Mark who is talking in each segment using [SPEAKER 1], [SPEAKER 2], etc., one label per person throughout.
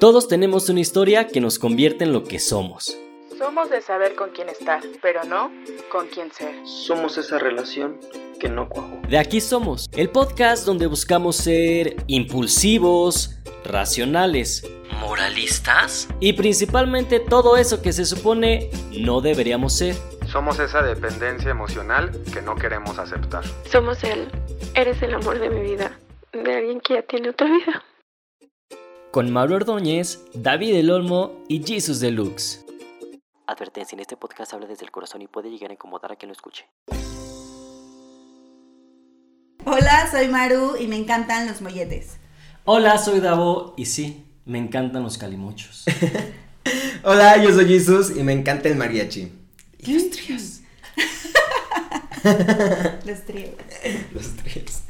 [SPEAKER 1] Todos tenemos una historia que nos convierte en lo que somos.
[SPEAKER 2] Somos de saber con quién estar, pero no con quién ser.
[SPEAKER 3] Somos esa relación que no cuajó.
[SPEAKER 1] De aquí somos, el podcast donde buscamos ser impulsivos, racionales,
[SPEAKER 4] moralistas
[SPEAKER 1] y principalmente todo eso que se supone no deberíamos ser.
[SPEAKER 5] Somos esa dependencia emocional que no queremos aceptar.
[SPEAKER 6] Somos él. Eres el amor de mi vida, de alguien que ya tiene otra vida.
[SPEAKER 1] Con Mauro Ordóñez, David El Olmo y Jesus Deluxe.
[SPEAKER 4] Advertencia, en este podcast habla desde el corazón y puede llegar a incomodar a quien lo escuche.
[SPEAKER 7] Hola, soy Maru y me encantan los molletes.
[SPEAKER 1] Hola, soy Davo y sí, me encantan los calimochos.
[SPEAKER 8] Hola, yo soy Jesus y me encanta el mariachi. Y los tríos.
[SPEAKER 7] Los tríos.
[SPEAKER 8] Los tríos.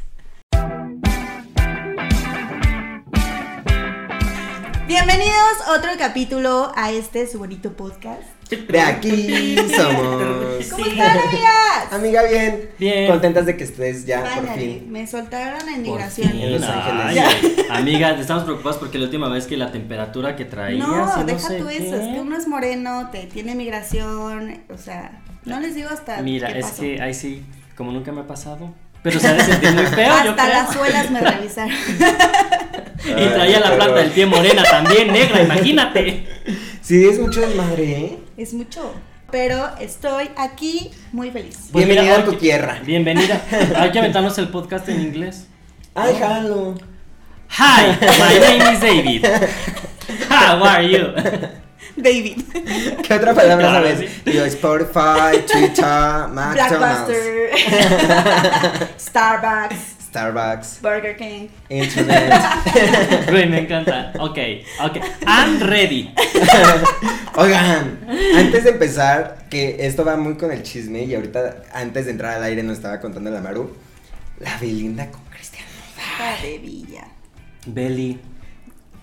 [SPEAKER 7] Bienvenidos a otro capítulo a este su bonito podcast.
[SPEAKER 8] De aquí somos.
[SPEAKER 7] ¿Cómo están,
[SPEAKER 1] Ah,
[SPEAKER 7] amigas?
[SPEAKER 8] Amiga, bien.
[SPEAKER 1] Bien.
[SPEAKER 8] Contentas de que estés ya por
[SPEAKER 7] Válgame,
[SPEAKER 8] fin.
[SPEAKER 7] Me soltaron la
[SPEAKER 1] Por
[SPEAKER 7] indignación.
[SPEAKER 1] fin,
[SPEAKER 8] En Los
[SPEAKER 1] ay,
[SPEAKER 8] Ángeles.
[SPEAKER 1] Amiga, estamos preocupados porque la última vez que la temperatura que traías. y
[SPEAKER 7] No,
[SPEAKER 1] no
[SPEAKER 7] deja
[SPEAKER 1] sé
[SPEAKER 7] tú
[SPEAKER 1] qué.
[SPEAKER 7] eso, es que uno es moreno, te tiene migración, o sea, no les digo hasta
[SPEAKER 1] Mira,
[SPEAKER 7] qué
[SPEAKER 1] es
[SPEAKER 7] pasó.
[SPEAKER 1] que ahí sí, como nunca me ha pasado. Pero se ha de sentir muy feo, yo
[SPEAKER 7] hasta
[SPEAKER 1] creo.
[SPEAKER 7] las suelas me revisaron.
[SPEAKER 1] Y traía la
[SPEAKER 8] Ay,
[SPEAKER 1] planta
[SPEAKER 8] pero-
[SPEAKER 1] del pie morena también, negra, imagínate.
[SPEAKER 8] Sí, es mucho desmadre, ¿eh?
[SPEAKER 7] es mucho, pero estoy aquí muy feliz.
[SPEAKER 1] Pues mira,
[SPEAKER 8] Bienvenida a
[SPEAKER 1] hoy
[SPEAKER 8] tu
[SPEAKER 1] que-
[SPEAKER 8] tierra.
[SPEAKER 1] Bienvenida. Hay que aventarnos el podcast en inglés.
[SPEAKER 8] Ay, jalo.
[SPEAKER 1] Hi, my name is David. How are you?
[SPEAKER 7] David,
[SPEAKER 8] ¿Qué otra palabra
[SPEAKER 1] Claro,
[SPEAKER 8] sabes? Yo, Spotify, Twitter, McDonald's,
[SPEAKER 7] Blackbuster, Starbucks,
[SPEAKER 8] Starbucks,
[SPEAKER 7] Burger King.
[SPEAKER 8] Internet.
[SPEAKER 1] Güey, me encanta. Ok, ok. I'm ready.
[SPEAKER 8] Oigan, antes de empezar, que esto va muy con el chisme y ahorita antes de entrar al aire nos estaba contando la Maru, la Belinda con Cristian.
[SPEAKER 7] Ah, Maravilla.
[SPEAKER 1] Beli,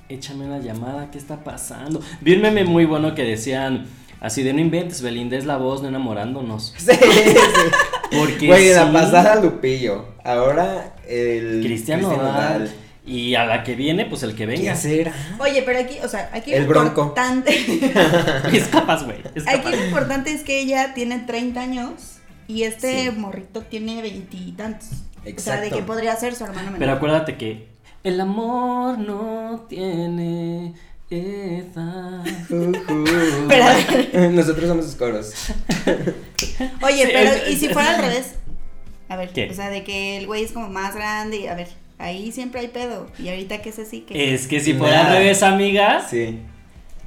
[SPEAKER 1] échame la llamada, ¿qué está pasando? Vi un meme muy bueno que decían, así de no inventes, Belinda es la voz no enamorándonos.
[SPEAKER 8] Sí, sí.
[SPEAKER 1] Porque
[SPEAKER 8] Güey, la
[SPEAKER 1] sí,
[SPEAKER 8] pasada Lupillo, ahora el
[SPEAKER 1] Cristian Nodal. Y a la que viene, pues el que venga.
[SPEAKER 8] ¿Qué será?
[SPEAKER 7] Oye, pero aquí, o sea, aquí
[SPEAKER 8] El
[SPEAKER 7] lo
[SPEAKER 8] Bronco.
[SPEAKER 7] importante,
[SPEAKER 1] Es capaz, güey. Es
[SPEAKER 7] aquí
[SPEAKER 1] capaz.
[SPEAKER 7] lo importante es que ella tiene 30 años y este morrito tiene veintitantos. O sea, de
[SPEAKER 8] Exacto.
[SPEAKER 7] que podría ser su hermano menor.
[SPEAKER 1] Pero acuérdate que el amor no tiene edad.
[SPEAKER 8] Ujú.
[SPEAKER 7] Pero a ver,
[SPEAKER 8] Nosotros somos sus coros.
[SPEAKER 7] oye,
[SPEAKER 1] Sí,
[SPEAKER 7] pero
[SPEAKER 1] el-
[SPEAKER 7] ¿y si fuera al revés? A ver,
[SPEAKER 1] ¿Qué?
[SPEAKER 7] o sea, de que el güey es como más grande y a ver, ahí siempre hay pedo. Y ahorita que es así que...
[SPEAKER 1] Es que si fuera al
[SPEAKER 8] Nah.
[SPEAKER 1] revés, amigas.
[SPEAKER 8] Sí.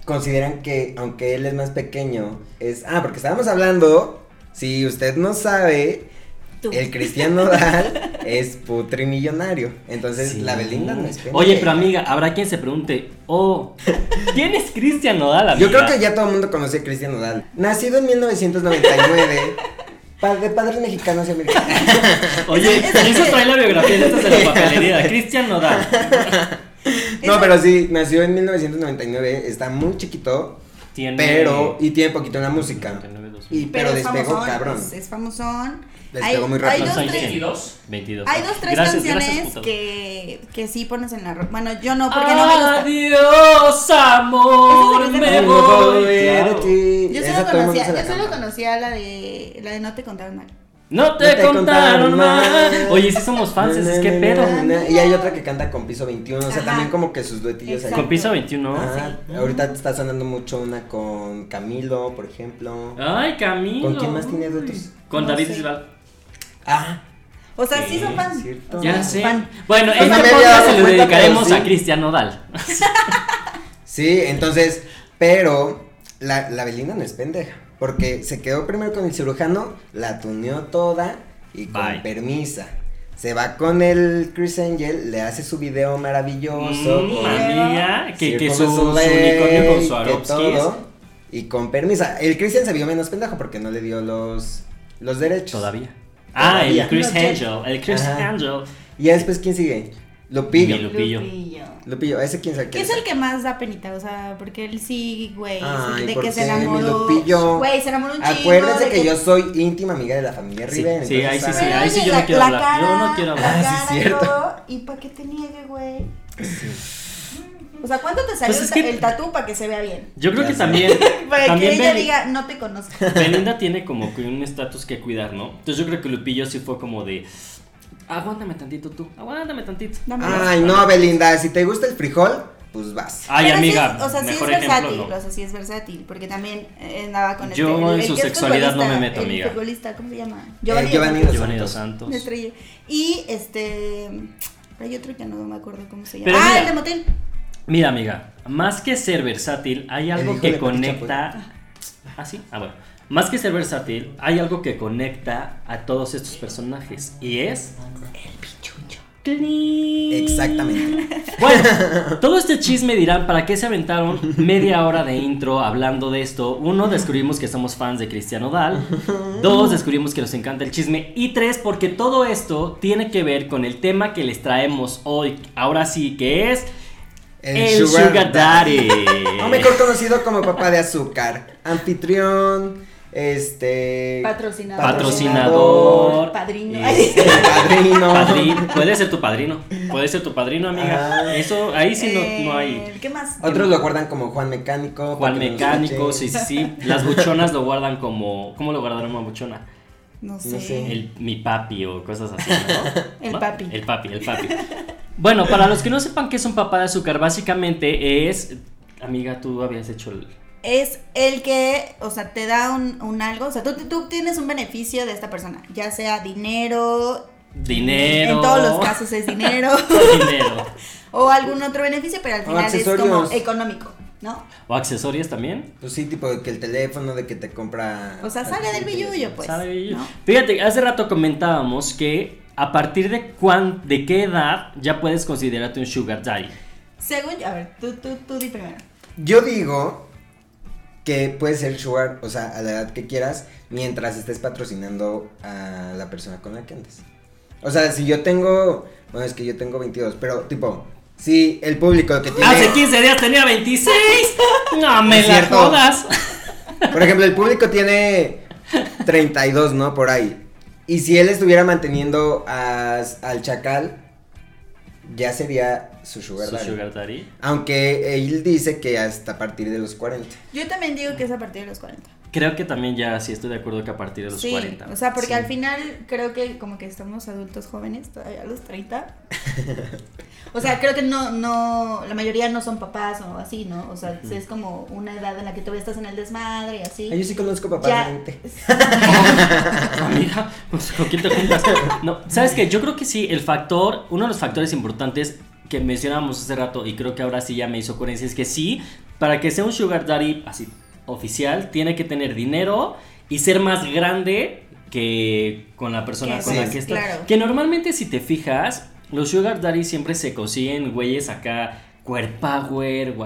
[SPEAKER 8] Consideran que aunque él es más pequeño, es... Ah, porque estábamos hablando, si usted no sabe,
[SPEAKER 7] tú.
[SPEAKER 8] El Cristian Nodal es putrimillonario. Entonces
[SPEAKER 1] Sí.
[SPEAKER 8] la Belinda no es pendeja.
[SPEAKER 1] Oye, pero amiga, habrá quien se pregunte, oh, ¿quién es Cristian Nodal, amiga?
[SPEAKER 8] Yo creo que ya todo el mundo conoce a Cristian Nodal. Nacido en 1999. pa- de padres mexicanos y americanos.
[SPEAKER 1] Oye,
[SPEAKER 7] Esa- esa-
[SPEAKER 1] eso trae la biografía, esta es de la papelería, Cristian Nodal.
[SPEAKER 8] No, pero sí, nació en 1999. Está muy chiquito.
[SPEAKER 1] Tiene-
[SPEAKER 8] Pero. Y tiene poquito en la música.
[SPEAKER 1] 99, 2000.
[SPEAKER 8] Y, pero,
[SPEAKER 7] es
[SPEAKER 8] despegó,
[SPEAKER 7] famosón,
[SPEAKER 8] cabrón.
[SPEAKER 7] pues, es famosón.
[SPEAKER 8] Despegó
[SPEAKER 7] Hay-
[SPEAKER 8] muy
[SPEAKER 7] hay
[SPEAKER 8] rápido.
[SPEAKER 7] dos,
[SPEAKER 1] ¿Cuántos años
[SPEAKER 7] tres-
[SPEAKER 1] tiene?
[SPEAKER 4] 22.
[SPEAKER 1] 22.
[SPEAKER 7] Hay dos, tres
[SPEAKER 1] Gracias, gracias,
[SPEAKER 7] canciones
[SPEAKER 1] puta.
[SPEAKER 7] que, que sí pones en la ropa. Bueno, yo no, porque
[SPEAKER 1] Ah,
[SPEAKER 7] no me gusta.
[SPEAKER 1] Adiós, amor,
[SPEAKER 7] Esa es la que
[SPEAKER 1] me
[SPEAKER 7] te-
[SPEAKER 1] voy. Claro.
[SPEAKER 7] Yo
[SPEAKER 8] Esa
[SPEAKER 7] solo
[SPEAKER 8] todo el mundo se
[SPEAKER 7] conocía,
[SPEAKER 8] la
[SPEAKER 7] yo solo
[SPEAKER 8] canta.
[SPEAKER 7] conocía la de la de No te contaron mal.
[SPEAKER 1] No te,
[SPEAKER 8] No te
[SPEAKER 1] contaron
[SPEAKER 8] contaron
[SPEAKER 1] más.
[SPEAKER 8] más.
[SPEAKER 1] Oye, sí somos fans,
[SPEAKER 8] Na,
[SPEAKER 1] es
[SPEAKER 8] na,
[SPEAKER 1] que
[SPEAKER 8] na,
[SPEAKER 1] pedo.
[SPEAKER 8] na, na. Y hay otra que canta con piso 21. O sea,
[SPEAKER 7] Ajá.
[SPEAKER 8] también como que sus duetillos ahí.
[SPEAKER 7] Exacto.
[SPEAKER 1] Con piso 21.
[SPEAKER 8] Ah, ahorita te está sonando mucho una con Camilo, por ejemplo.
[SPEAKER 1] Ay, Camilo.
[SPEAKER 8] ¿Con quién más
[SPEAKER 1] uy.
[SPEAKER 8] tiene duetos?
[SPEAKER 1] Con
[SPEAKER 7] No
[SPEAKER 1] David
[SPEAKER 7] sé.
[SPEAKER 1] Bisbal.
[SPEAKER 8] Ah,
[SPEAKER 7] O sea, sí
[SPEAKER 1] Sí,
[SPEAKER 7] son
[SPEAKER 8] es
[SPEAKER 7] fans.
[SPEAKER 8] cierto.
[SPEAKER 1] Ya
[SPEAKER 8] Ah.
[SPEAKER 1] sé.
[SPEAKER 7] Pan.
[SPEAKER 1] Bueno,
[SPEAKER 8] Pues no
[SPEAKER 1] este
[SPEAKER 8] me había
[SPEAKER 1] podcast
[SPEAKER 8] dado
[SPEAKER 1] se lo
[SPEAKER 8] cuenta,
[SPEAKER 1] dedicaremos
[SPEAKER 8] pero sí.
[SPEAKER 1] a Cristian Nodal.
[SPEAKER 8] Sí, entonces, pero la, la Belinda no es pendeja. Porque se quedó primero con el cirujano, la tuneó toda y con
[SPEAKER 1] Bye.
[SPEAKER 8] permisa. Se va con el Chris Angel, le hace su video maravilloso.
[SPEAKER 1] Mm,
[SPEAKER 8] con-
[SPEAKER 1] amiga, que, que
[SPEAKER 8] Circo
[SPEAKER 1] su, su
[SPEAKER 8] Soleil,
[SPEAKER 1] unicornio con su
[SPEAKER 8] que
[SPEAKER 1] Aropskis.
[SPEAKER 8] todo, Y con permisa. El Christian se vio menos pendejo porque no le dio los, los derechos.
[SPEAKER 1] Todavía. Ah, el
[SPEAKER 8] Todavía.
[SPEAKER 1] Chris
[SPEAKER 7] No, ya-
[SPEAKER 1] Angel. El Chris
[SPEAKER 8] Ajá.
[SPEAKER 1] Angel.
[SPEAKER 8] Y ya después, ¿quién sigue? Lupillo.
[SPEAKER 1] Mi Lupillo.
[SPEAKER 8] Lupillo, ese quién sabe
[SPEAKER 7] Que es el que más da penita, o sea, porque él sí, güey,
[SPEAKER 8] Ay,
[SPEAKER 7] de
[SPEAKER 8] ¿por
[SPEAKER 7] que se
[SPEAKER 8] qué, mi
[SPEAKER 7] enamoró.
[SPEAKER 8] Lupillo?
[SPEAKER 7] Güey, se enamoró un chico.
[SPEAKER 8] Acuérdense que, yo soy íntima amiga de la familia
[SPEAKER 1] Sí,
[SPEAKER 8] Rivera.
[SPEAKER 1] sí, ahí sí,
[SPEAKER 8] entonces,
[SPEAKER 1] sí,
[SPEAKER 8] ah,
[SPEAKER 1] ahí sí yo no quiero hablar. Yo no quiero hablar.
[SPEAKER 8] Ah, sí,
[SPEAKER 7] es
[SPEAKER 8] cierto.
[SPEAKER 7] ¿Y para qué te niegue, güey? O sea, ¿cuánto te salió
[SPEAKER 1] Pues es
[SPEAKER 7] el, ta-
[SPEAKER 1] que-
[SPEAKER 7] el tatú para que se vea bien?
[SPEAKER 1] Yo creo
[SPEAKER 8] Ya
[SPEAKER 1] que
[SPEAKER 8] sé.
[SPEAKER 1] también.
[SPEAKER 7] Para
[SPEAKER 1] también
[SPEAKER 7] que ella
[SPEAKER 1] Beli-
[SPEAKER 7] diga, no te conozco.
[SPEAKER 1] Belinda tiene como que un estatus que cuidar, ¿no? Entonces yo creo que Lupillo sí fue como de. Aguántame tantito tú, aguántame tantito.
[SPEAKER 7] Dame más".
[SPEAKER 8] Ay, no, Belinda, si te gusta el frijol, pues vas.
[SPEAKER 1] Ay,
[SPEAKER 7] Pero sí
[SPEAKER 1] amiga,
[SPEAKER 7] es- o sea, sí es
[SPEAKER 1] mejor
[SPEAKER 7] versátil,
[SPEAKER 1] ejemplo, ¿no?
[SPEAKER 7] o sea, sí es versátil, porque también eh, andaba con
[SPEAKER 1] Yo
[SPEAKER 7] este, el-
[SPEAKER 1] en
[SPEAKER 7] el
[SPEAKER 1] su
[SPEAKER 7] que es
[SPEAKER 1] sexualidad no me
[SPEAKER 7] futbolista,
[SPEAKER 1] meto,
[SPEAKER 7] el
[SPEAKER 1] amiga.
[SPEAKER 7] futbolista, ¿cómo se llama?
[SPEAKER 8] Eh, Giovanni Dos
[SPEAKER 1] Giovanni Dos
[SPEAKER 8] Santos.
[SPEAKER 1] Santos.
[SPEAKER 7] Me estrellé. Y este. Hay otro que no me acuerdo cómo se llama.
[SPEAKER 1] Pero
[SPEAKER 7] ah,
[SPEAKER 1] mira.
[SPEAKER 7] el de motel.
[SPEAKER 1] Mira, amiga, más que ser versátil, hay algo
[SPEAKER 8] hijo
[SPEAKER 1] que
[SPEAKER 8] de pues. Pati
[SPEAKER 1] conecta. ¿Ah, sí? Ah, bueno. Más que ser versátil, hay algo que conecta a todos estos personajes. Y es. El bichucho.
[SPEAKER 8] Exactamente.
[SPEAKER 1] Bueno, todo este chisme dirán para qué se aventaron media hora de intro hablando de esto. Uno, descubrimos que somos fans de Cristiano Dal. Dos, descubrimos que nos encanta el chisme. Y tres, porque todo esto tiene que ver con el tema que les traemos hoy. Ahora sí, que es el, Sugar, Daddy.
[SPEAKER 8] O mejor conocido como papá de azúcar. Anfitrión, este.
[SPEAKER 7] Patrocinador.
[SPEAKER 1] Patrocinador.
[SPEAKER 7] Padrino.
[SPEAKER 1] Este,
[SPEAKER 8] Padrino.
[SPEAKER 1] padri- Puede ser tu padrino. Puede ser tu padrino, amiga.
[SPEAKER 8] Ah.
[SPEAKER 1] Eso, ahí sí
[SPEAKER 7] Eh,
[SPEAKER 1] no, no hay.
[SPEAKER 7] ¿Qué más?
[SPEAKER 8] Otros lo guardan como Juan Mecánico.
[SPEAKER 1] Juan
[SPEAKER 8] para que no los
[SPEAKER 1] Mecánico, sí,
[SPEAKER 8] cachen.
[SPEAKER 1] sí, sí. Las buchonas lo guardan como. ¿Cómo lo guardaron una buchona?
[SPEAKER 7] No sé.
[SPEAKER 8] No sé.
[SPEAKER 1] El, mi papi o cosas así, ¿no?
[SPEAKER 7] El
[SPEAKER 1] ¿No?
[SPEAKER 7] papi.
[SPEAKER 1] El papi, el papi. Bueno, para los que no sepan qué es un papá de azúcar, básicamente es. Amiga, tú habías hecho el.
[SPEAKER 7] Es el que, o sea, te da un, un algo. O sea, tú, tú tienes un beneficio de esta persona. Ya sea dinero.
[SPEAKER 1] Dinero.
[SPEAKER 7] En todos los casos es dinero.
[SPEAKER 1] Dinero.
[SPEAKER 7] o algún otro beneficio, pero al final es como
[SPEAKER 8] accesorios.
[SPEAKER 7] económico, ¿no?
[SPEAKER 1] ¿O accesorios también?
[SPEAKER 8] Pues sí, tipo de que el teléfono, de que te compra.
[SPEAKER 7] O sea, sale del billullo, pues.
[SPEAKER 1] Sabe-
[SPEAKER 7] ¿no?
[SPEAKER 1] Fíjate, hace rato comentábamos que a partir de cuán, de qué edad ya puedes considerarte un sugar daddy.
[SPEAKER 7] Según yo, a ver, tú, tú, tú di primero.
[SPEAKER 8] Yo digo que puedes ser sugar, o sea, a la edad que quieras, mientras estés patrocinando a la persona con la que andes. O sea, si yo tengo, bueno, es que yo tengo 22, pero tipo, si el público
[SPEAKER 1] Ah,
[SPEAKER 8] que tiene,
[SPEAKER 1] Hace 15 días tenía 26. No me
[SPEAKER 8] Es
[SPEAKER 1] la
[SPEAKER 8] cierto.
[SPEAKER 1] jodas.
[SPEAKER 8] por ejemplo, el público tiene 32, ¿no? Por ahí. Y si él estuviera manteniendo a- al chacal, ya sería su sugar.
[SPEAKER 1] Su
[SPEAKER 8] daddy.
[SPEAKER 1] sugar daddy.
[SPEAKER 8] Aunque él dice que hasta a partir de los 40.
[SPEAKER 7] Yo también digo que es a partir de los 40.
[SPEAKER 1] Creo que también ya sí estoy de acuerdo que a partir de los
[SPEAKER 7] sí,
[SPEAKER 1] 40.
[SPEAKER 7] o sea, porque
[SPEAKER 8] sí.
[SPEAKER 7] al final creo que como que estamos adultos jóvenes todavía a los 30. O sea, creo que no, no, la mayoría no son papás o así, ¿no? O sea, es como una edad en la que todavía estás en el desmadre y así.
[SPEAKER 8] Ay, Ah, yo sí conozco papás
[SPEAKER 7] Ya-
[SPEAKER 8] de 20.
[SPEAKER 1] Amiga, pues con quién te juntas. No, sabes que yo creo que sí, el factor, uno de los factores importantes que mencionábamos hace rato y creo que ahora sí ya me hizo coherencia es que sí, para que sea un sugar daddy así oficial, tiene que tener dinero y ser más grande que con la persona
[SPEAKER 7] Que
[SPEAKER 1] con
[SPEAKER 8] sí,
[SPEAKER 1] la que está.
[SPEAKER 7] claro.
[SPEAKER 1] Que normalmente si te fijas, los sugar daddy siempre se consiguen güeyes acá cuerpower,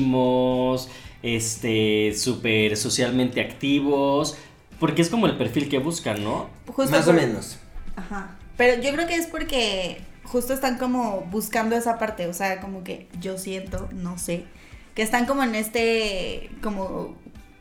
[SPEAKER 1] guapichimos, este, súper socialmente activos. Porque es como el perfil que buscan, ¿no?
[SPEAKER 7] Justo
[SPEAKER 8] Más o
[SPEAKER 7] por-
[SPEAKER 8] menos.
[SPEAKER 7] Ajá. Pero yo creo que es porque justo están como buscando esa parte, o sea, como que yo siento, no sé, que están como en este como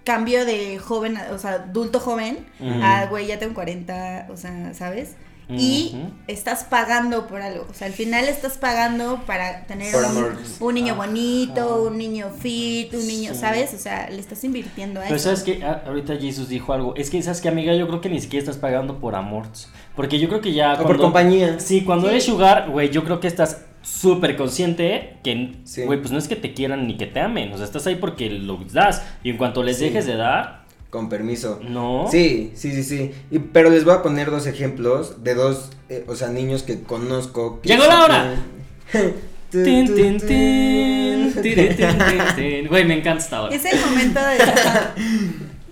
[SPEAKER 7] cambio de joven, a- o sea, adulto joven,
[SPEAKER 1] Ujú.
[SPEAKER 7] a güey, ya tengo 40, o sea, ¿sabes? Y
[SPEAKER 1] Ujú.
[SPEAKER 7] estás pagando por algo, o sea, al final estás pagando para tener
[SPEAKER 8] Por
[SPEAKER 7] un,
[SPEAKER 8] amor.
[SPEAKER 7] un niño
[SPEAKER 1] Ajá.
[SPEAKER 7] bonito, un niño fit, un niño,
[SPEAKER 1] Ah. Sí.
[SPEAKER 7] ¿sabes? O sea, le estás invirtiendo a
[SPEAKER 1] Pero
[SPEAKER 7] eso.
[SPEAKER 1] sabes que ahorita Jesus dijo algo. Es que sabes que amiga, yo creo que ni siquiera estás pagando por amor. Porque yo creo que ya.
[SPEAKER 8] O por compañía.
[SPEAKER 1] Sí, cuando
[SPEAKER 7] Sí.
[SPEAKER 1] eres sugar, güey, yo creo que estás súper consciente que,
[SPEAKER 8] Sí.
[SPEAKER 1] güey, pues no es que te quieran ni que te amen. O sea, estás ahí porque lo das. Y en cuanto les
[SPEAKER 8] Sí.
[SPEAKER 1] dejes de dar,
[SPEAKER 8] Con permiso.
[SPEAKER 1] no.
[SPEAKER 8] Sí, sí, sí, sí. Y- pero les voy a poner dos ejemplos de dos, eh, o sea, niños que conozco. que-
[SPEAKER 1] ¡Llegó la hora!
[SPEAKER 8] Tu,
[SPEAKER 1] Tin,
[SPEAKER 8] tu,
[SPEAKER 1] tin,
[SPEAKER 8] tu.
[SPEAKER 1] tin, tiri, tin, tin, tin. Güey, me encanta esta hora.
[SPEAKER 7] Es el momento de...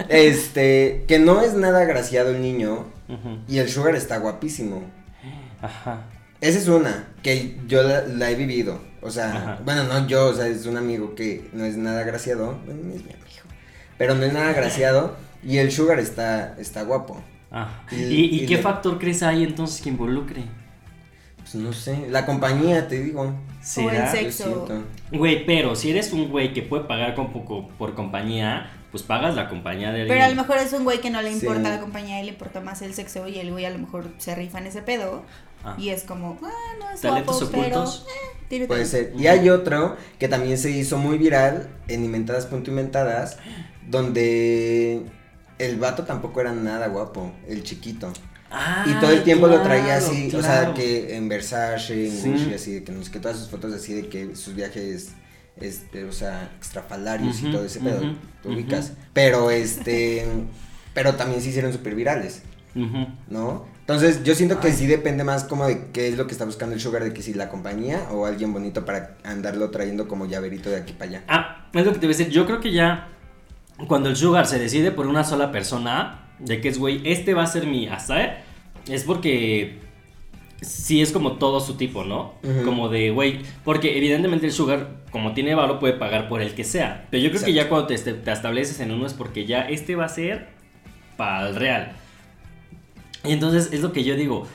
[SPEAKER 8] Este, que no es nada agraciado el niño
[SPEAKER 1] Ujú.
[SPEAKER 8] y el sugar está guapísimo.
[SPEAKER 1] Ajá.
[SPEAKER 8] Esa es una que yo la, la he vivido. O sea,
[SPEAKER 1] Ajá.
[SPEAKER 8] bueno, no yo, o sea, es un amigo que no es nada agraciado. Bueno, no es mi amigo. Pero no es nada agraciado y el sugar está, está guapo.
[SPEAKER 1] Ah.
[SPEAKER 8] Y-
[SPEAKER 1] ¿Y, y
[SPEAKER 8] y
[SPEAKER 1] qué
[SPEAKER 8] le-
[SPEAKER 1] factor crees ahí entonces que involucre?
[SPEAKER 8] Pues no sé, la compañía, te digo.
[SPEAKER 7] o el
[SPEAKER 1] ¿Será?
[SPEAKER 8] Yo
[SPEAKER 7] sexo.
[SPEAKER 8] siento.
[SPEAKER 1] Güey, pero si eres un güey que puede pagar con poco por compañía, pues pagas la compañía de alguien.
[SPEAKER 7] Pero a lo mejor es un güey que no le
[SPEAKER 8] Sí.
[SPEAKER 7] importa la compañía y le importa más el sexo y el güey a lo mejor se rifa en ese pedo
[SPEAKER 1] Ah.
[SPEAKER 7] y es como, ah, no es
[SPEAKER 1] Talentos
[SPEAKER 7] guapo, pero
[SPEAKER 1] ocultos.
[SPEAKER 7] eh, tírate".
[SPEAKER 8] Puede ser. Y hay otro que también se hizo muy viral en Inventadas punto Inventadas, donde el vato tampoco era nada guapo, el chiquito.
[SPEAKER 1] Ah,
[SPEAKER 8] Y todo el tiempo lo traía
[SPEAKER 1] claro,
[SPEAKER 8] así, o
[SPEAKER 1] claro.
[SPEAKER 8] sea, que en Versace, en
[SPEAKER 1] Sí.
[SPEAKER 8] Gucci, así, de que no sé qué, todas sus fotos así, de que sus viajes, este, o sea, extrafalarios
[SPEAKER 1] Ujú,
[SPEAKER 8] y todo ese pedo,
[SPEAKER 1] ujú,
[SPEAKER 8] te
[SPEAKER 1] ujú.
[SPEAKER 8] ubicas. Pero, este, pero también se hicieron súper virales,
[SPEAKER 1] Ujú.
[SPEAKER 8] ¿no? Entonces, yo siento que sí depende más como de qué es lo que está buscando el sugar, de que si la compañía o alguien bonito para andarlo trayendo como llaverito de aquí para allá.
[SPEAKER 1] Ah, es lo que te voy a decir. Yo creo que ya cuando el sugar se decide por una sola persona, de que es güey, este va a ser mi hasta, es porque sí es como todo su tipo, ¿no?
[SPEAKER 8] Ujú.
[SPEAKER 1] Como de güey, porque evidentemente el sugar, como tiene valor, puede pagar por el que sea. Pero yo creo que
[SPEAKER 8] Exacto.
[SPEAKER 1] ya cuando te, este- te estableces en uno es porque ya este va a ser para el real. Y entonces es lo que yo digo.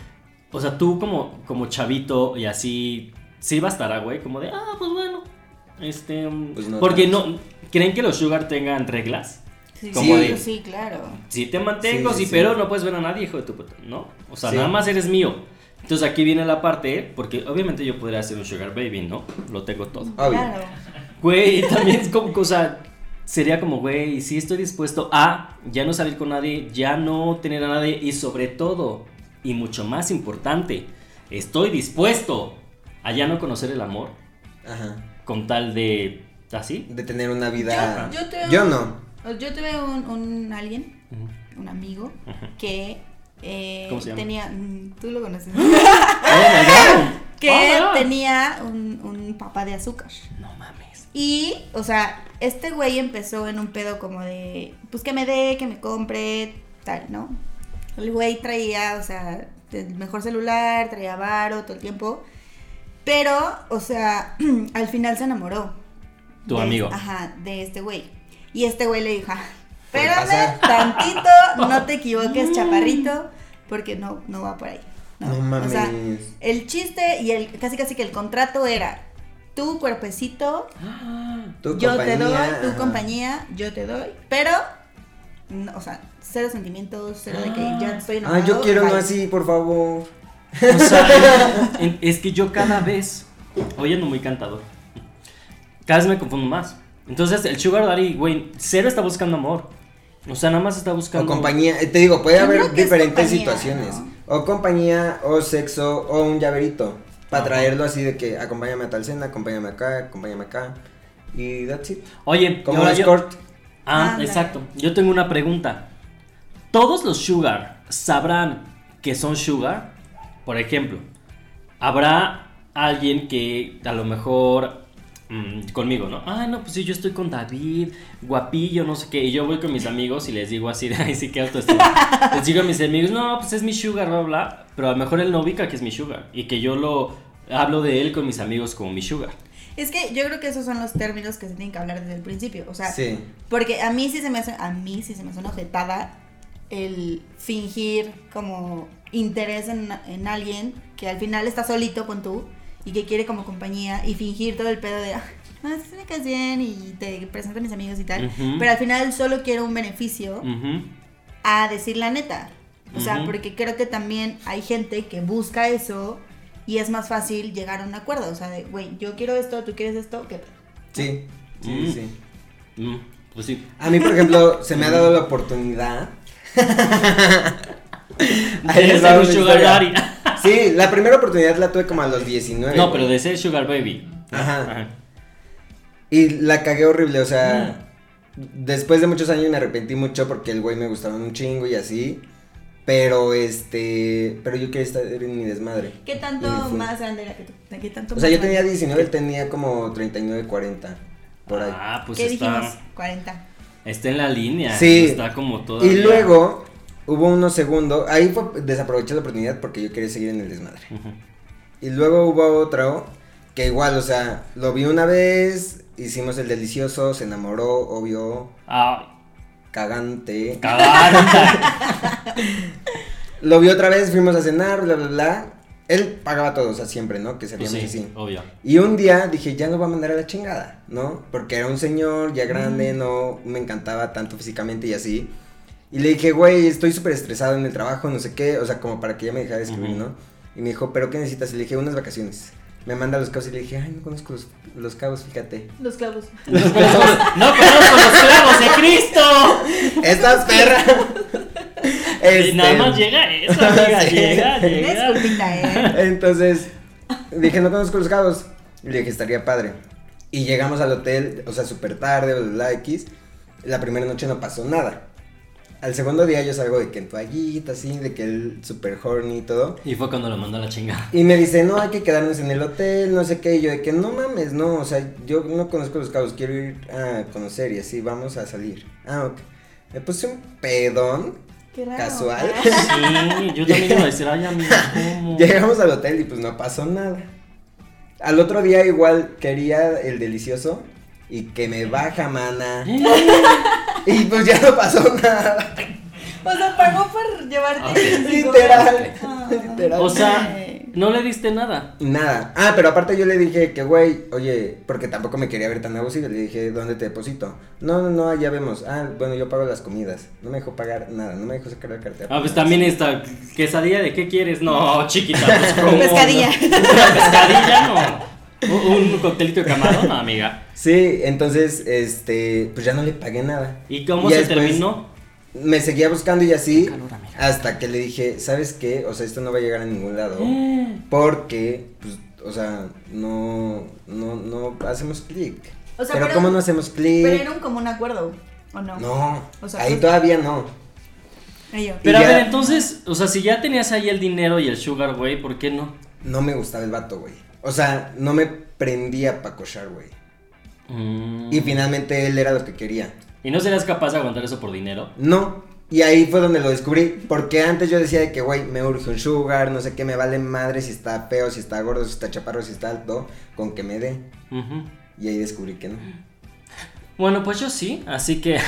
[SPEAKER 1] O sea, tú como, como chavito y así, sí bastará, güey, como de, ah, pues bueno. Este,
[SPEAKER 8] Pues no
[SPEAKER 1] porque
[SPEAKER 8] tanto.
[SPEAKER 1] no, ¿creen que los sugar tengan reglas?
[SPEAKER 7] Sí,
[SPEAKER 1] como
[SPEAKER 7] sí,
[SPEAKER 1] de-
[SPEAKER 7] sí, claro.
[SPEAKER 1] Si te mantengo,
[SPEAKER 8] Sí,
[SPEAKER 1] sí,
[SPEAKER 8] sí, sí.
[SPEAKER 1] pero no puedes ver a nadie, hijo de tu puta, ¿no? O sea,
[SPEAKER 8] Sí.
[SPEAKER 1] nada más eres mío. Entonces aquí viene la parte, porque obviamente yo podría ser un sugar baby, ¿no? Lo tengo todo.
[SPEAKER 8] Obvio.
[SPEAKER 7] Claro.
[SPEAKER 1] Güey, también es como cosa. Sería como, güey, sí estoy dispuesto a ya no salir con nadie, ya no tener a nadie y sobre todo, y mucho más importante, estoy dispuesto a ya no conocer el amor
[SPEAKER 8] Ajá.
[SPEAKER 1] con tal de... ¿Así?
[SPEAKER 8] De tener una vida...
[SPEAKER 7] Yo- yo te-
[SPEAKER 8] no.
[SPEAKER 7] Yo tuve un, un alguien, un amigo,
[SPEAKER 1] Ajá.
[SPEAKER 7] que eh,
[SPEAKER 1] ¿Cómo se llama?
[SPEAKER 7] tenía, mm, tú lo conoces,
[SPEAKER 1] ¡Oh, my God!
[SPEAKER 7] que
[SPEAKER 1] Oh, my God.
[SPEAKER 7] tenía un, un papá de azúcar.
[SPEAKER 1] No mames.
[SPEAKER 7] Y, o sea, este güey empezó en un pedo como de, pues que me dé, que me compre, tal, ¿no? El güey traía, o sea, el mejor celular, traía varo todo el tiempo. Pero, o sea, al final se enamoró.
[SPEAKER 1] Tu
[SPEAKER 7] de-
[SPEAKER 1] amigo.
[SPEAKER 7] Ajá, de este güey. Y este güey le dijo, "Ah,
[SPEAKER 8] Puede
[SPEAKER 7] espérame
[SPEAKER 8] pasar".
[SPEAKER 7] tantito, no te equivoques, chaparrito, porque no, no va por ahí.
[SPEAKER 8] No, mames.
[SPEAKER 7] O sea, el chiste y el casi casi que el contrato era tu cuerpecito
[SPEAKER 8] Tu
[SPEAKER 7] yo
[SPEAKER 8] compañía,
[SPEAKER 7] te doy tu
[SPEAKER 8] ajá.
[SPEAKER 7] compañía, yo te doy, pero, no, o sea, cero sentimientos, cero de que ya estoy enamorado.
[SPEAKER 8] Ah, yo quiero
[SPEAKER 7] bye.
[SPEAKER 8] no así, por favor.
[SPEAKER 1] O sea, en- es que yo cada vez, hoy ando muy cantador, cada vez me confundo más. Entonces, el Sugar Daddy, güey, cero está buscando amor. O sea, nada más está
[SPEAKER 8] O
[SPEAKER 1] buscando.
[SPEAKER 8] compañía, eh, te digo, puede
[SPEAKER 7] Yo
[SPEAKER 8] haber
[SPEAKER 7] creo que es
[SPEAKER 8] diferentes
[SPEAKER 7] compañía,
[SPEAKER 8] situaciones.
[SPEAKER 7] ¿no?
[SPEAKER 8] O compañía, o sexo, o un llaverito. Para
[SPEAKER 1] Ajá.
[SPEAKER 8] traerlo así de que acompáñame a tal cena, acompáñame acá, acompáñame acá. Y that's it.
[SPEAKER 1] Oye,
[SPEAKER 8] Como
[SPEAKER 1] ahora
[SPEAKER 8] un
[SPEAKER 1] yo-
[SPEAKER 8] escort.
[SPEAKER 1] Ah,
[SPEAKER 7] Ándale.
[SPEAKER 1] exacto. Yo tengo una pregunta. ¿Todos los Sugar sabrán que son Sugar? Por ejemplo, ¿habrá alguien que a lo mejor mm, conmigo, ¿no? Ah, no, pues sí, yo estoy con David, guapillo, no sé qué. Y yo voy con mis amigos y les digo así, de, ay, sí, qué alto estoy. les digo a mis amigos, no, pues es mi Sugar, bla, bla. Pero a lo mejor él no ubica que es mi Sugar. Y que yo lo hablo de él con mis amigos como mi Sugar.
[SPEAKER 7] Es que yo creo que esos son los términos que se tienen que hablar desde el principio, o sea,
[SPEAKER 8] Sí.
[SPEAKER 7] porque a mí sí se me hace, a mí sí se me hace una objetada el fingir como interés en, en alguien que al final está solito con tú y que quiere como compañía y fingir todo el pedo de, ah, no, es que me caes bien y te presento a mis amigos y tal,
[SPEAKER 1] Ujú.
[SPEAKER 7] pero al final solo quiero un beneficio.
[SPEAKER 1] Ujú.
[SPEAKER 7] a decir la neta. O sea,
[SPEAKER 1] Ujú.
[SPEAKER 7] porque creo que también hay gente que busca eso y es más fácil llegar a un acuerdo. O sea, de, güey, yo quiero esto, tú quieres esto, ¿qué?
[SPEAKER 8] Sí. Sí,
[SPEAKER 1] Mm.
[SPEAKER 8] sí.
[SPEAKER 1] Mm, pues sí.
[SPEAKER 8] A mí, por ejemplo, se me ha dado la oportunidad. Ahí
[SPEAKER 1] De
[SPEAKER 8] les
[SPEAKER 1] ser un
[SPEAKER 8] va
[SPEAKER 1] sugar
[SPEAKER 8] una historia.
[SPEAKER 1] daddy.
[SPEAKER 8] Sí, la primera oportunidad la tuve como a los 19.
[SPEAKER 1] No, pero
[SPEAKER 8] güey.
[SPEAKER 1] de ser Sugar Baby.
[SPEAKER 8] Ajá. Y la cagué horrible, o
[SPEAKER 1] Ah.
[SPEAKER 8] sea, después de muchos años me arrepentí mucho porque el güey me gustaba un chingo y así. Pero este, pero yo quería estar en mi desmadre.
[SPEAKER 7] ¿Qué
[SPEAKER 8] Y
[SPEAKER 7] tanto
[SPEAKER 8] me fui.
[SPEAKER 7] más grande era que tú? ¿Qué tanto
[SPEAKER 8] O sea,
[SPEAKER 7] más
[SPEAKER 8] yo tenía
[SPEAKER 7] grande?
[SPEAKER 8] 19, él tenía como 39, 40 por ahí.
[SPEAKER 1] Ah, pues
[SPEAKER 7] ¿Qué
[SPEAKER 1] está,
[SPEAKER 7] dijimos? 40.
[SPEAKER 1] está en la línea.
[SPEAKER 8] Sí.
[SPEAKER 1] Está como todo.
[SPEAKER 8] y luego hubo unos segundos, ahí fue, desaproveché la oportunidad porque yo quería seguir en el desmadre. Y luego hubo otro que igual, o sea, lo vi una vez, hicimos el delicioso, se enamoró, obvio,
[SPEAKER 1] Ah,
[SPEAKER 8] cagante.
[SPEAKER 1] cagada.
[SPEAKER 8] Lo vi otra vez, fuimos a cenar, bla, bla, bla. Él pagaba todo, o sea, siempre, ¿no? Que
[SPEAKER 1] Pues
[SPEAKER 8] salíamos
[SPEAKER 1] sí,
[SPEAKER 8] así.
[SPEAKER 1] obvio.
[SPEAKER 8] Y un día dije, ya lo va a mandar a la chingada, ¿no? Porque era un señor ya grande, no me encantaba tanto físicamente y así. Y le dije, güey, estoy súper estresado en el trabajo, no sé qué, o sea, como para que ya me dejara de escribir,
[SPEAKER 1] Ujú.
[SPEAKER 8] ¿no? Y me dijo, ¿pero qué necesitas? Y le dije, unas vacaciones. Me manda a los cabos y le dije, ay, no conozco los, los cabos, fíjate.
[SPEAKER 7] Los clavos.
[SPEAKER 1] Los clavos. ¡No conozco los clavos de Cristo!
[SPEAKER 8] ¡Estás perra!
[SPEAKER 1] Y nada
[SPEAKER 8] Este,
[SPEAKER 1] más llega eso, amiga,
[SPEAKER 8] Sí.
[SPEAKER 1] llega,
[SPEAKER 7] Eres
[SPEAKER 1] llega.
[SPEAKER 7] culpita, ¿eh?
[SPEAKER 8] Entonces, dije, no conozco los cabos. Y le dije, estaría padre. Y llegamos al hotel, o sea, súper tarde, bla, bla, bla, X. La primera noche no pasó nada. Al segundo día yo salgo de que en toallita, así, de que el super horny y todo.
[SPEAKER 1] Y fue cuando lo mandó a la chingada.
[SPEAKER 8] Y me dice, no, hay que quedarnos en el hotel, no sé qué. Y yo de que, no mames, no, o sea, yo no conozco los cabos, quiero ir a conocer y así, vamos a salir. Ah, ok. Me puse un pedón
[SPEAKER 7] Qué raro. Ah,
[SPEAKER 8] casual.
[SPEAKER 1] Sí, yo también iba a decir, ay, amiga, ¿cómo?
[SPEAKER 8] Llegamos al hotel y pues no pasó nada. Al otro día igual quería el delicioso y que me baja mana. Y pues ya no pasó nada.
[SPEAKER 7] O sea, pagó por llevarte.
[SPEAKER 1] Ok.
[SPEAKER 7] cinco
[SPEAKER 8] Literal.
[SPEAKER 7] horas. Ah.
[SPEAKER 8] Literal.
[SPEAKER 1] O sea, no le diste nada.
[SPEAKER 8] Nada. Ah, pero aparte yo le dije que, güey, oye, porque tampoco me quería ver tan abusivo. Le dije, ¿dónde te deposito? No, no, no, ya vemos. Ah, bueno, yo pago las comidas. No me dejó pagar nada, no me dejó sacar la cartera.
[SPEAKER 1] Ah, pues también esta quesadilla de qué quieres. No, chiquita, pues ¿cómo?
[SPEAKER 7] Pescadilla.
[SPEAKER 1] No, pescadilla no. Un, un coctelito de camarón, no, amiga.
[SPEAKER 8] Sí, entonces, este, pues ya no le pagué nada.
[SPEAKER 1] ¿Y cómo
[SPEAKER 8] Ya
[SPEAKER 1] se
[SPEAKER 8] después-
[SPEAKER 1] terminó?
[SPEAKER 8] Me seguía buscando y así.
[SPEAKER 1] Qué calor, amiga.
[SPEAKER 8] hasta que le dije, ¿sabes qué? O sea, esto no va a llegar a ningún lado.
[SPEAKER 1] Eh,
[SPEAKER 8] Porque, pues, o sea, no, no, no hacemos clic.
[SPEAKER 7] O sea,
[SPEAKER 8] pero,
[SPEAKER 7] pero-
[SPEAKER 8] ¿cómo no hacemos clic?
[SPEAKER 7] Pero era un como un acuerdo, ¿o no?
[SPEAKER 8] No,
[SPEAKER 7] O sea, pues,
[SPEAKER 8] ahí
[SPEAKER 7] tú-
[SPEAKER 8] todavía no.
[SPEAKER 7] Ay, yo.
[SPEAKER 1] Pero a
[SPEAKER 8] ya-
[SPEAKER 1] ver, entonces, o sea, si ya tenías ahí el dinero y el sugar, güey, ¿por qué no?
[SPEAKER 8] No me gustaba el vato, güey. O sea, no me prendía para cochar, güey.
[SPEAKER 1] Mm.
[SPEAKER 8] Y finalmente él era lo que quería.
[SPEAKER 1] ¿Y no serás capaz de aguantar eso por dinero?
[SPEAKER 8] No. Y ahí fue donde lo descubrí. Porque antes yo decía de que, güey, me urge un sugar, no sé qué, me vale madre si está feo, si está gordo, si está chaparro, si está alto, con que me dé.
[SPEAKER 1] Ujú.
[SPEAKER 8] Y ahí descubrí que no.
[SPEAKER 1] Bueno, pues yo sí, así que.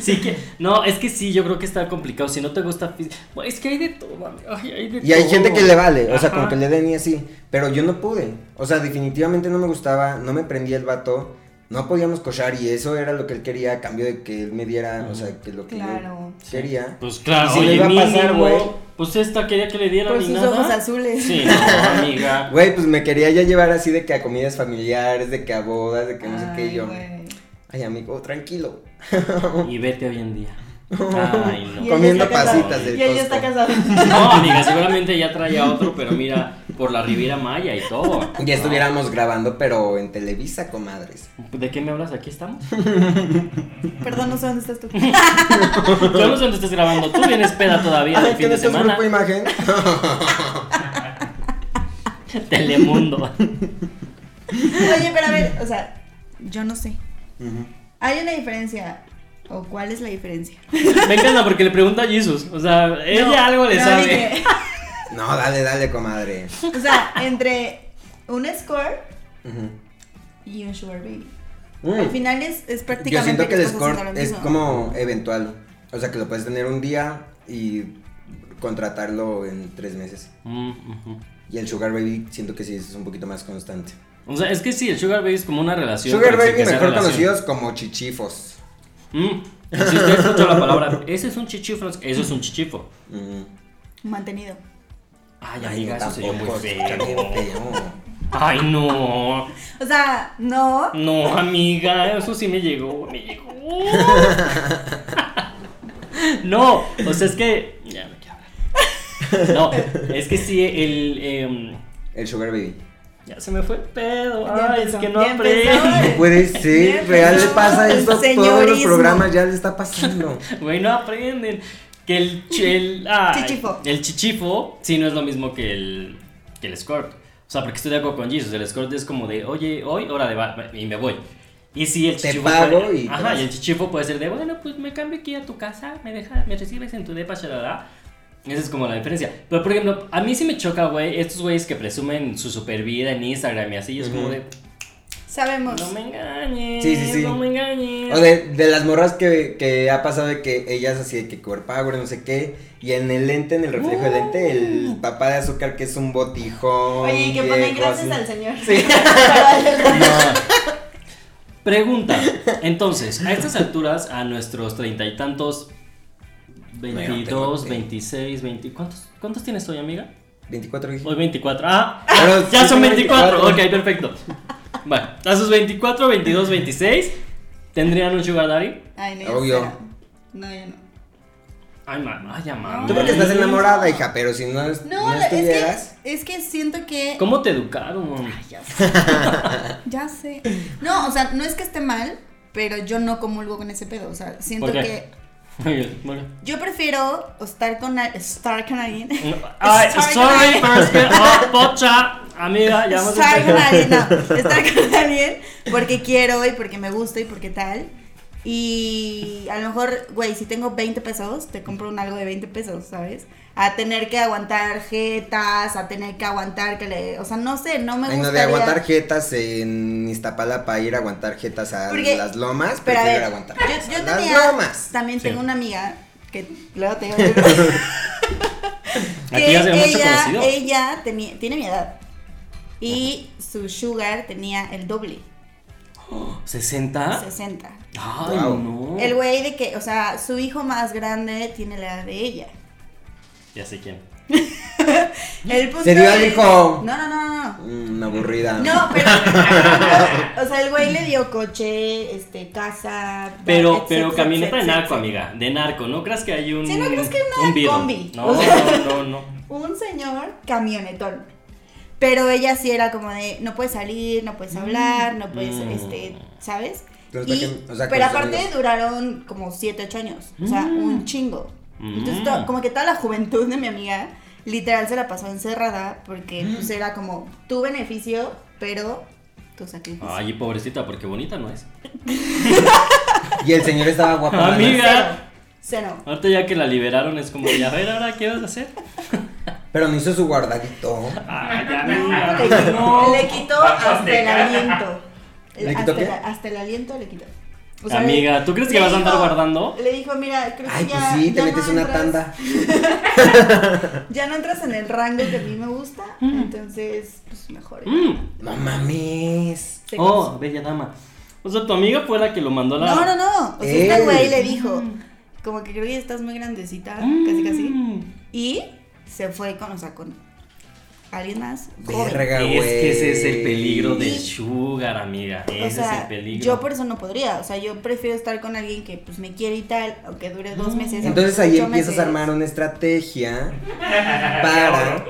[SPEAKER 1] sí que. No, es que sí, yo creo que está complicado. Si no te gusta. fí- Bueno, Es que hay de todo, amigo, ay, hay de
[SPEAKER 8] Y hay
[SPEAKER 1] todo.
[SPEAKER 8] gente que le vale, o sea,
[SPEAKER 1] Oh. Ajá.
[SPEAKER 8] con que le den y así. Pero yo no pude. O sea, definitivamente no me gustaba, no me prendía el vato, no podíamos cochar y eso era lo que él quería a cambio de que él me diera, o sea, que lo que
[SPEAKER 7] Claro.
[SPEAKER 8] yo quería.
[SPEAKER 1] Pues claro,
[SPEAKER 8] Y si
[SPEAKER 1] oye,
[SPEAKER 8] le iba a pasar,
[SPEAKER 1] mínimo,
[SPEAKER 8] güey.
[SPEAKER 1] Pues esta quería que le diera
[SPEAKER 7] Por
[SPEAKER 1] ni
[SPEAKER 7] sus
[SPEAKER 1] nada.
[SPEAKER 7] ojos azules.
[SPEAKER 1] Sí, no, amiga.
[SPEAKER 8] Güey, pues me quería ya llevar así de que a comidas familiares, de que a bodas, de que no sé qué y
[SPEAKER 7] Ay,
[SPEAKER 8] yo.
[SPEAKER 7] güey.
[SPEAKER 8] Ay, amigo, tranquilo.
[SPEAKER 1] Y vete hoy en día. Ay, no.
[SPEAKER 7] Y
[SPEAKER 8] Con-
[SPEAKER 7] ella
[SPEAKER 8] Comiendo
[SPEAKER 7] está casada.
[SPEAKER 8] pasitas del
[SPEAKER 7] Y ella está
[SPEAKER 8] Costco.
[SPEAKER 7] casada.
[SPEAKER 1] No, amiga, seguramente ya traía otro, pero mira, por la Riviera Maya y todo.
[SPEAKER 8] Ya estuviéramos grabando, pero en Televisa, comadres.
[SPEAKER 1] ¿De qué me hablas? ¿Aquí estamos?
[SPEAKER 7] Perdón, no sé dónde estás tú.
[SPEAKER 1] Yo no sé dónde estás grabando. Tú vienes peda todavía
[SPEAKER 8] Ay,
[SPEAKER 1] del fin de
[SPEAKER 8] ¿qué no estás
[SPEAKER 1] semana.
[SPEAKER 8] grupo imagen?
[SPEAKER 1] Telemundo.
[SPEAKER 7] Oye, pero a ver, o sea, yo no sé. Hay una diferencia. ¿O cuál es la diferencia?
[SPEAKER 1] Me encanta porque le pregunta a Jesus. O sea, ella
[SPEAKER 7] No,
[SPEAKER 1] algo le
[SPEAKER 7] no,
[SPEAKER 1] sabe.
[SPEAKER 7] dije,
[SPEAKER 8] No, dale, dale, comadre.
[SPEAKER 7] o sea, entre un score
[SPEAKER 8] Ujú.
[SPEAKER 7] y un sugar baby.
[SPEAKER 8] Mm.
[SPEAKER 7] Al final es, es
[SPEAKER 8] Yo
[SPEAKER 7] prácticamente.
[SPEAKER 8] siento que el
[SPEAKER 7] estás haciendo
[SPEAKER 8] score
[SPEAKER 7] lo
[SPEAKER 8] es
[SPEAKER 7] mismo.
[SPEAKER 8] como eventual. O sea, que lo puedes tener un día y contratarlo en tres meses.
[SPEAKER 1] Mm, ujú.
[SPEAKER 8] Y el Sugar Baby siento que sí es un poquito más constante.
[SPEAKER 1] O sea, es que sí, el Sugar Baby es como una relación.
[SPEAKER 8] Sugar
[SPEAKER 1] pero sin
[SPEAKER 8] Baby,
[SPEAKER 1] que sea
[SPEAKER 8] mejor
[SPEAKER 1] relación.
[SPEAKER 8] conocidos como chichifos.
[SPEAKER 1] Mm. Si usted escuchó la palabra, ese es un chichifo, eso es un chichifo.
[SPEAKER 8] Mm.
[SPEAKER 7] Mantenido.
[SPEAKER 1] Ay,
[SPEAKER 8] Ay,
[SPEAKER 1] amiga,
[SPEAKER 8] no,
[SPEAKER 1] eso sería muy
[SPEAKER 8] tampoco, está bien
[SPEAKER 1] feo.
[SPEAKER 8] feo.
[SPEAKER 1] Ay, no.
[SPEAKER 7] O sea, no.
[SPEAKER 1] No, amiga, eso sí me llegó, me llegó. No, o sea, es que. Ya no quiero hablar. No, es que sí, el. em,
[SPEAKER 8] El Sugar Baby.
[SPEAKER 1] ya se me fue el pedo.
[SPEAKER 7] Ya
[SPEAKER 1] Ay, es
[SPEAKER 7] empezó,
[SPEAKER 1] que no
[SPEAKER 7] ya empezó.
[SPEAKER 1] aprendí.
[SPEAKER 8] No puede ser,
[SPEAKER 7] Ya
[SPEAKER 8] real le
[SPEAKER 7] empezó
[SPEAKER 8] pasa
[SPEAKER 7] el
[SPEAKER 8] eso a todos los
[SPEAKER 7] señorismo.
[SPEAKER 8] programas, ya le está pasando.
[SPEAKER 1] Güey, no aprenden. Que el, ch- el, ay,
[SPEAKER 7] Chichifo.
[SPEAKER 1] el chichifo sí no es lo mismo que el, que el escort. O sea, porque estoy de acuerdo con Jesus. El escort es como de, oye, hoy, hora de bar, y me voy. Y si el
[SPEAKER 8] Te
[SPEAKER 1] chichifo.
[SPEAKER 8] pago
[SPEAKER 1] puede-
[SPEAKER 8] y te
[SPEAKER 1] Ajá,
[SPEAKER 8] vas.
[SPEAKER 1] y el chichifo puede ser de, bueno, pues me cambio aquí a tu casa, me deja, me recibes en tu depa, shalala. Esa es como la diferencia. Pero por ejemplo, a mí sí me choca, güey, estos güeyes que presumen su super vida en Instagram y así. y es como
[SPEAKER 8] Ujú.
[SPEAKER 1] de,
[SPEAKER 7] Sabemos.
[SPEAKER 1] No me engañes.
[SPEAKER 8] Sí, sí, sí.
[SPEAKER 1] No me engañes.
[SPEAKER 8] O de, de las morras que, que ha pasado de que ellas así de que cuerpo power, no sé qué, y en el lente, en el reflejo del lente, el papá de azúcar que es un botijón.
[SPEAKER 7] Mm. Oye, y que ponen
[SPEAKER 8] viejo,
[SPEAKER 7] gracias
[SPEAKER 8] así.
[SPEAKER 7] al señor.
[SPEAKER 8] Sí.
[SPEAKER 1] No. Pregunta. Entonces, a estas alturas, a nuestros treinta y tantos, 22,
[SPEAKER 8] Bueno,
[SPEAKER 1] 26, 20. ¿Cuántos, ¿Cuántos tienes hoy, amiga?
[SPEAKER 8] 24 dije.
[SPEAKER 1] Hoy 24. Ah,
[SPEAKER 8] Pero
[SPEAKER 1] ya
[SPEAKER 8] sí
[SPEAKER 1] son
[SPEAKER 8] son
[SPEAKER 1] 24.
[SPEAKER 8] 24.
[SPEAKER 1] Ok, perfecto. Bueno, a sus 24, 22, 26, ¿tendrían un Sugar Daddy?
[SPEAKER 7] Ay, no, ya
[SPEAKER 8] Obvio.
[SPEAKER 7] será. No, ya no.
[SPEAKER 1] Ay, mamá, ay, mamá.
[SPEAKER 8] Tú porque estás enamorada, hija, pero si no, es-
[SPEAKER 7] Mm. No,
[SPEAKER 8] no
[SPEAKER 7] es,
[SPEAKER 8] estuvieras.
[SPEAKER 7] que, es que siento que.
[SPEAKER 1] ¿Cómo te educaron?
[SPEAKER 7] Ya sé. ya sé. No, o sea, no es que esté mal, pero yo no comulgo con ese pedo. O sea, siento
[SPEAKER 1] ¿Por qué?
[SPEAKER 7] que.
[SPEAKER 1] Muy bien, bueno.
[SPEAKER 7] Yo prefiero estar con, a- estar con alguien.
[SPEAKER 1] Ay,
[SPEAKER 7] Estar con
[SPEAKER 1] ah, sorry,
[SPEAKER 7] alguien.
[SPEAKER 1] pero es que. Oh, pocha, amiga, ya vamos a
[SPEAKER 7] Estar con alguien, no, estar con alguien porque quiero y porque me gusta y porque tal. Y a lo mejor, güey, si tengo 20 pesos, te compro un algo de 20 pesos, ¿sabes? A tener que aguantar jetas, a tener que aguantar que le... O sea, no sé, no me
[SPEAKER 8] Ay,
[SPEAKER 7] gusta.
[SPEAKER 8] no, de aguantar jetas en Iztapalapa, ir a aguantar jetas a
[SPEAKER 7] Porque-
[SPEAKER 8] las lomas,
[SPEAKER 7] Pero a
[SPEAKER 8] prefiero
[SPEAKER 7] ver,
[SPEAKER 8] aguantar jetas
[SPEAKER 7] yo,
[SPEAKER 8] a
[SPEAKER 7] yo
[SPEAKER 8] las
[SPEAKER 7] tenía,
[SPEAKER 8] lomas.
[SPEAKER 7] también
[SPEAKER 1] Sí.
[SPEAKER 7] tengo una amiga que luego te digo, que
[SPEAKER 1] Aquí ya se ve mucho
[SPEAKER 7] ella,
[SPEAKER 1] conocido.
[SPEAKER 7] ella tenía, tiene mi edad y su sugar tenía el doble,
[SPEAKER 1] ¿60?
[SPEAKER 7] 60.
[SPEAKER 1] Ay,
[SPEAKER 8] Wow.
[SPEAKER 1] no.
[SPEAKER 7] El güey de que, o sea, su hijo más grande tiene la edad de ella.
[SPEAKER 1] Ya sé quién.
[SPEAKER 7] El punto
[SPEAKER 8] Se dio
[SPEAKER 7] es-
[SPEAKER 8] al hijo.
[SPEAKER 7] No, no, no, no. no.
[SPEAKER 8] Mm, aburrida.
[SPEAKER 7] No, pero, o sea, el güey le dio coche, este, casa.
[SPEAKER 1] Pero,
[SPEAKER 7] etc,
[SPEAKER 1] pero
[SPEAKER 7] etc,
[SPEAKER 1] camioneta de
[SPEAKER 7] etc,
[SPEAKER 1] narco,
[SPEAKER 7] etc.
[SPEAKER 1] amiga. De narco. No creas que hay un.
[SPEAKER 7] Sí, no creas que hay una
[SPEAKER 1] un beetle.
[SPEAKER 7] combi.
[SPEAKER 1] No,
[SPEAKER 7] O sea-
[SPEAKER 1] no, no, no.
[SPEAKER 7] un señor camionetón. Pero ella sí era como de, no puedes salir, no puedes hablar, no puedes,
[SPEAKER 1] Mm.
[SPEAKER 7] este, ¿sabes?
[SPEAKER 8] Entonces,
[SPEAKER 7] Y-
[SPEAKER 8] ¿para qué? O sea,
[SPEAKER 7] pero
[SPEAKER 8] con sus
[SPEAKER 7] aparte
[SPEAKER 8] amigos.
[SPEAKER 7] duraron como 7, 8 años, o sea,
[SPEAKER 1] Mm.
[SPEAKER 7] un chingo. Entonces,
[SPEAKER 1] Mm.
[SPEAKER 7] to- como que toda la juventud de mi amiga literal se la pasó encerrada porque pues, era como tu beneficio, pero tu sacrificio.
[SPEAKER 1] Ay, pobrecita, porque bonita no es.
[SPEAKER 8] Y el señor estaba guapo. ¿no?
[SPEAKER 1] Amiga.
[SPEAKER 7] Cero.
[SPEAKER 1] Ahorita ya que la liberaron es como, ya a ver, ahora, ¿qué vas a hacer?
[SPEAKER 8] Pero no hizo su guardadito.
[SPEAKER 1] Ay, ya,
[SPEAKER 7] Le,
[SPEAKER 1] amiga.
[SPEAKER 7] quitó- le quitó hasta el aliento.
[SPEAKER 8] ¿Le quitó
[SPEAKER 7] hasta,
[SPEAKER 8] qué?
[SPEAKER 7] el- hasta el aliento le quitó. O sea,
[SPEAKER 1] Amiga,
[SPEAKER 7] le-
[SPEAKER 1] ¿tú crees que
[SPEAKER 7] le
[SPEAKER 1] vas a andar
[SPEAKER 7] dijo-
[SPEAKER 1] guardando?
[SPEAKER 7] Le dijo, mira, creo que
[SPEAKER 8] Ay, pues
[SPEAKER 7] ya.
[SPEAKER 8] sí, te
[SPEAKER 7] ya no
[SPEAKER 8] metes una
[SPEAKER 7] entras-
[SPEAKER 8] tanda.
[SPEAKER 7] Ya no entras en el rango que a mí me gusta, entonces, pues mejor.
[SPEAKER 1] Mm.
[SPEAKER 8] No mames.
[SPEAKER 7] Se
[SPEAKER 1] Oh, bella dama. O sea, tu amiga fue la que lo mandó a la.
[SPEAKER 7] No, no, no. O sea, este
[SPEAKER 8] Ey.
[SPEAKER 7] güey le dijo, como que creo que ya estás muy grandecita, casi casi.
[SPEAKER 1] Mm.
[SPEAKER 7] Y se fue con, o sea, con alguien más. joven.
[SPEAKER 8] Verga, güey.
[SPEAKER 1] Es que ese es el peligro del
[SPEAKER 7] Y-
[SPEAKER 1] sugar, amiga. Ese
[SPEAKER 7] O sea,
[SPEAKER 1] es el peligro.
[SPEAKER 7] yo por eso no podría. O sea, yo prefiero estar con alguien que pues me quiere y tal, aunque dure dos meses.
[SPEAKER 8] Mm. Entonces
[SPEAKER 7] aunque
[SPEAKER 8] ahí
[SPEAKER 7] ocho
[SPEAKER 8] empiezas
[SPEAKER 7] meses.
[SPEAKER 8] a armar una estrategia para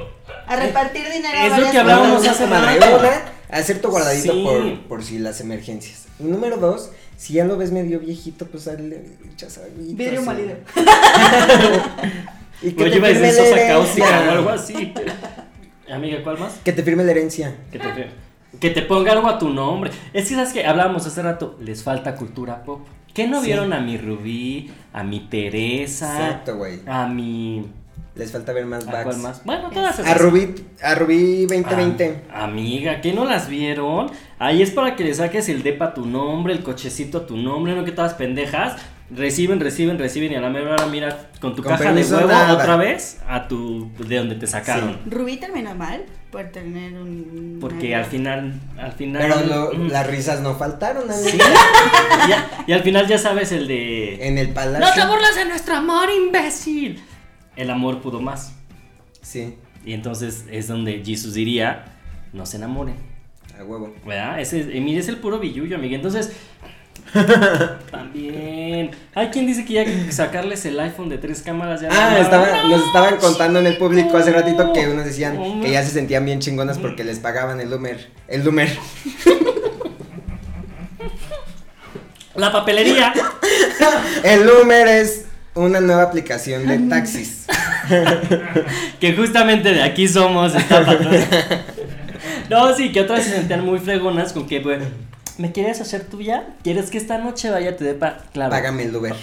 [SPEAKER 7] A repartir dinero. a
[SPEAKER 1] Es lo
[SPEAKER 7] varias
[SPEAKER 1] que hablábamos
[SPEAKER 7] personas.
[SPEAKER 1] hace
[SPEAKER 8] Madre,
[SPEAKER 1] rato.
[SPEAKER 8] una, hacer tu guardadito
[SPEAKER 1] Sí.
[SPEAKER 8] por, por si las emergencias. Y número dos, si ya lo ves medio viejito, pues dale chasaguito.
[SPEAKER 7] Vidrio molido.
[SPEAKER 8] Y que
[SPEAKER 1] Oye,
[SPEAKER 8] te
[SPEAKER 1] iba a
[SPEAKER 8] firme
[SPEAKER 1] decir
[SPEAKER 8] la
[SPEAKER 1] sosa cáustica o algo
[SPEAKER 8] herencia.
[SPEAKER 1] así. Amiga, ¿cuál más?
[SPEAKER 8] Que te firme la herencia.
[SPEAKER 1] Que te, que te ponga algo a tu nombre. Es que sabes que hablábamos hace rato, les falta cultura pop. ¿Qué no
[SPEAKER 8] Sí.
[SPEAKER 1] vieron a mi Rubí, a mi Teresa,
[SPEAKER 8] Exacto, güey.
[SPEAKER 1] a mi.
[SPEAKER 8] Les falta ver más
[SPEAKER 1] ¿A cuál
[SPEAKER 8] backs.
[SPEAKER 1] más? Bueno, todas esas.
[SPEAKER 8] A Rubí, a Rubí
[SPEAKER 1] Ah,
[SPEAKER 8] 2020.
[SPEAKER 1] amiga, ¿qué no las vieron? Ahí es para que le saques el depa a tu nombre, el cochecito a tu nombre, no que todas pendejas. Reciben, reciben, reciben y a la mera hora mira con tu
[SPEAKER 8] Con
[SPEAKER 1] caja de
[SPEAKER 8] permiso,
[SPEAKER 1] huevo
[SPEAKER 8] nada.
[SPEAKER 1] otra vez a tu de donde te sacaron.
[SPEAKER 7] Rubí terminó mal por tener un.
[SPEAKER 1] Porque al final, al final.
[SPEAKER 8] Pero lo-
[SPEAKER 1] Mm.
[SPEAKER 8] las risas no faltaron, amigo.
[SPEAKER 1] Sí. y, a- y al final ya sabes el de.
[SPEAKER 8] En el palacio.
[SPEAKER 1] burlas de nuestro amor, imbécil! El amor pudo más.
[SPEAKER 8] sí,
[SPEAKER 1] Y entonces es donde Jesús diría: No se enamoren.
[SPEAKER 8] a huevo.
[SPEAKER 1] ¿Verdad? Ese, es- y mire, es el puro billuyo, amiga. Entonces. También. Hay quien dice que ya sacarles el iPhone de tres cámaras ya.
[SPEAKER 8] Ah,
[SPEAKER 1] no-
[SPEAKER 8] estaba- nos estaban contando en el público hace ratito que unos
[SPEAKER 1] Hombre.
[SPEAKER 8] decían que ya se sentían bien chingonas porque les pagaban el Lumer. El Lumer.
[SPEAKER 1] La papelería.
[SPEAKER 8] El Lumer es una nueva aplicación de taxis.
[SPEAKER 1] Que justamente de aquí somos, está patrón. No, sí, que otras se sentían muy fregonas con que, pues, ¿me quieres hacer tuya? ¿Quieres que esta noche vaya a tu depa? Claro.
[SPEAKER 8] Págame el Uber.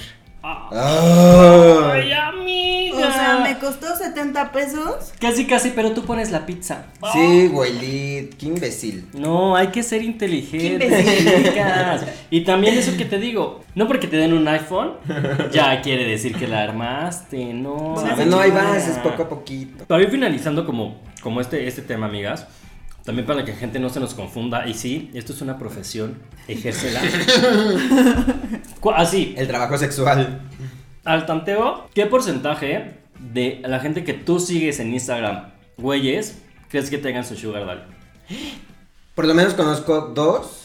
[SPEAKER 1] Ay,
[SPEAKER 7] O
[SPEAKER 1] amiga.
[SPEAKER 7] sea, me costó 70 pesos.
[SPEAKER 1] Casi, casi, pero tú pones la pizza.
[SPEAKER 8] Oh. Sí, güey, qué imbécil.
[SPEAKER 1] No, hay que ser
[SPEAKER 7] Qué
[SPEAKER 1] inteligentes, chicas. Y también eso que te digo, no porque te den un iPhone, ya quiere decir que la armaste, no.
[SPEAKER 7] Sí,
[SPEAKER 8] Bueno, ahí
[SPEAKER 1] amiga.
[SPEAKER 8] vas, Pues es poco a poquito.
[SPEAKER 1] Para ir finalizando como, como este, este tema, amigas, también para que la gente no se nos confunda, y sí, esto es una profesión, ejércela. Cu- Así,
[SPEAKER 8] El trabajo sexual.
[SPEAKER 1] al tanteo, ¿qué porcentaje de la gente que tú sigues en Instagram, güeyes, crees que tengan su sugar daddy?
[SPEAKER 8] Por lo menos conozco dos.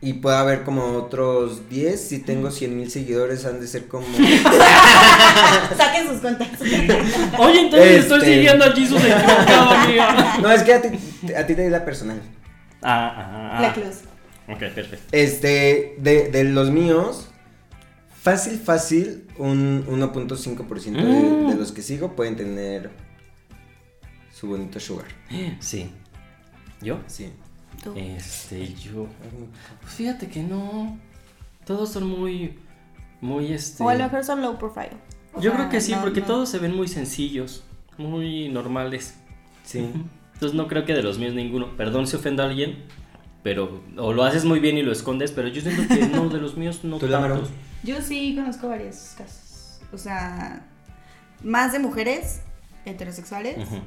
[SPEAKER 8] Y puede haber como otros 10. Si tengo 100 mil seguidores, han de ser como. Ah.
[SPEAKER 7] Saquen sus cuentas.
[SPEAKER 1] Oye, entonces estoy
[SPEAKER 8] Este.
[SPEAKER 1] siguiendo a Jesus equivocado, amiga.
[SPEAKER 8] No, es que a ti, a ti te di la personal.
[SPEAKER 1] Ah, ah, ah.
[SPEAKER 7] La cruz.
[SPEAKER 1] Ok, perfecto.
[SPEAKER 8] Este, de, de los míos, fácil, fácil, un 1.5% de, de los que sigo pueden tener su bonito sugar.
[SPEAKER 1] Sí. ¿Yo?
[SPEAKER 8] Sí.
[SPEAKER 7] Tú.
[SPEAKER 1] Este, yo. Pues fíjate que no. Todos son muy. Muy este.
[SPEAKER 7] O a lo mejor son low profile. O
[SPEAKER 1] Yo
[SPEAKER 7] sea,
[SPEAKER 1] creo que sí,
[SPEAKER 7] no,
[SPEAKER 1] porque
[SPEAKER 7] no.
[SPEAKER 1] todos se ven muy sencillos. Muy normales.
[SPEAKER 8] Sí.
[SPEAKER 1] Entonces no creo que de los míos ninguno. Perdón si ofendo a alguien. Pero. O lo haces muy bien y lo escondes. Pero yo siento que no, de los míos no
[SPEAKER 8] ¿Tú, Lámaro?
[SPEAKER 1] tantos.
[SPEAKER 7] Yo sí conozco varios casos. O sea, más de mujeres heterosexuales
[SPEAKER 1] Ujú.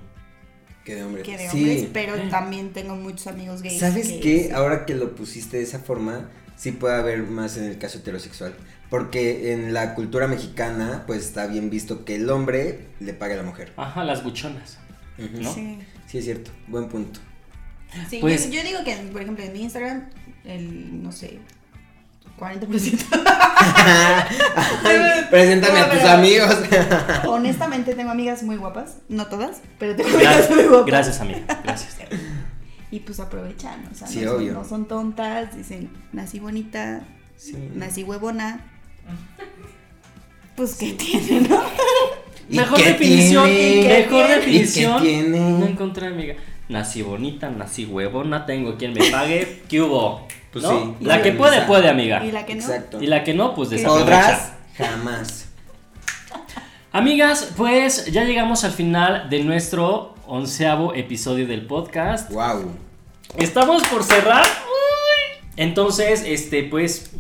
[SPEAKER 8] Que de hombre.
[SPEAKER 7] que de hombres,
[SPEAKER 8] sí.
[SPEAKER 7] pero también tengo muchos amigos gays.
[SPEAKER 8] ¿Sabes
[SPEAKER 7] que-
[SPEAKER 8] qué? Ahora que lo pusiste de esa forma, sí puede haber más en el caso heterosexual. Porque en la cultura mexicana, pues está bien visto que el hombre le pague a la mujer.
[SPEAKER 1] Ajá, las buchonas.
[SPEAKER 8] Ujú.
[SPEAKER 1] ¿no?
[SPEAKER 7] Sí.
[SPEAKER 8] Sí, es cierto. Buen punto.
[SPEAKER 7] Sí,
[SPEAKER 1] Pues-
[SPEAKER 7] yo, yo digo que, por ejemplo, en mi Instagram, el, no sé, 40%.
[SPEAKER 8] Ay, Preséntame a tus
[SPEAKER 7] Pero-
[SPEAKER 8] amigos.
[SPEAKER 7] Honestamente, tengo amigas muy guapas, no todas, pero tengo amigas muy
[SPEAKER 1] Gracias,
[SPEAKER 7] guapas.
[SPEAKER 1] gracias amiga. Gracias.
[SPEAKER 7] Y pues aprovechan, o sea,
[SPEAKER 8] Sí,
[SPEAKER 7] no, son-
[SPEAKER 8] obvio.
[SPEAKER 7] no son tontas, dicen, nací bonita, nací huevona. Pues, ¿qué tiene, no?
[SPEAKER 8] ¿Y
[SPEAKER 1] Mejor
[SPEAKER 8] qué
[SPEAKER 1] definición,
[SPEAKER 8] tiene?
[SPEAKER 7] qué
[SPEAKER 1] mejor
[SPEAKER 7] tiene?
[SPEAKER 1] definición.
[SPEAKER 8] ¿Y qué tiene?
[SPEAKER 1] No encontré, amiga. Nací bonita, nací huevona, tengo quien me pague. ¿Qué hubo?
[SPEAKER 8] Pues
[SPEAKER 1] ¿No?
[SPEAKER 8] sí,
[SPEAKER 1] La que
[SPEAKER 8] organiza.
[SPEAKER 1] puede, puede, amiga.
[SPEAKER 7] Y la que no.
[SPEAKER 8] Exacto.
[SPEAKER 1] Y la que no, pues desaprovecha.
[SPEAKER 8] Otras, jamás.
[SPEAKER 1] Amigas, pues ya llegamos al final de nuestro onceavo episodio del podcast.
[SPEAKER 8] Wow.
[SPEAKER 1] Estamos por cerrar. Uy. Entonces, este, pues,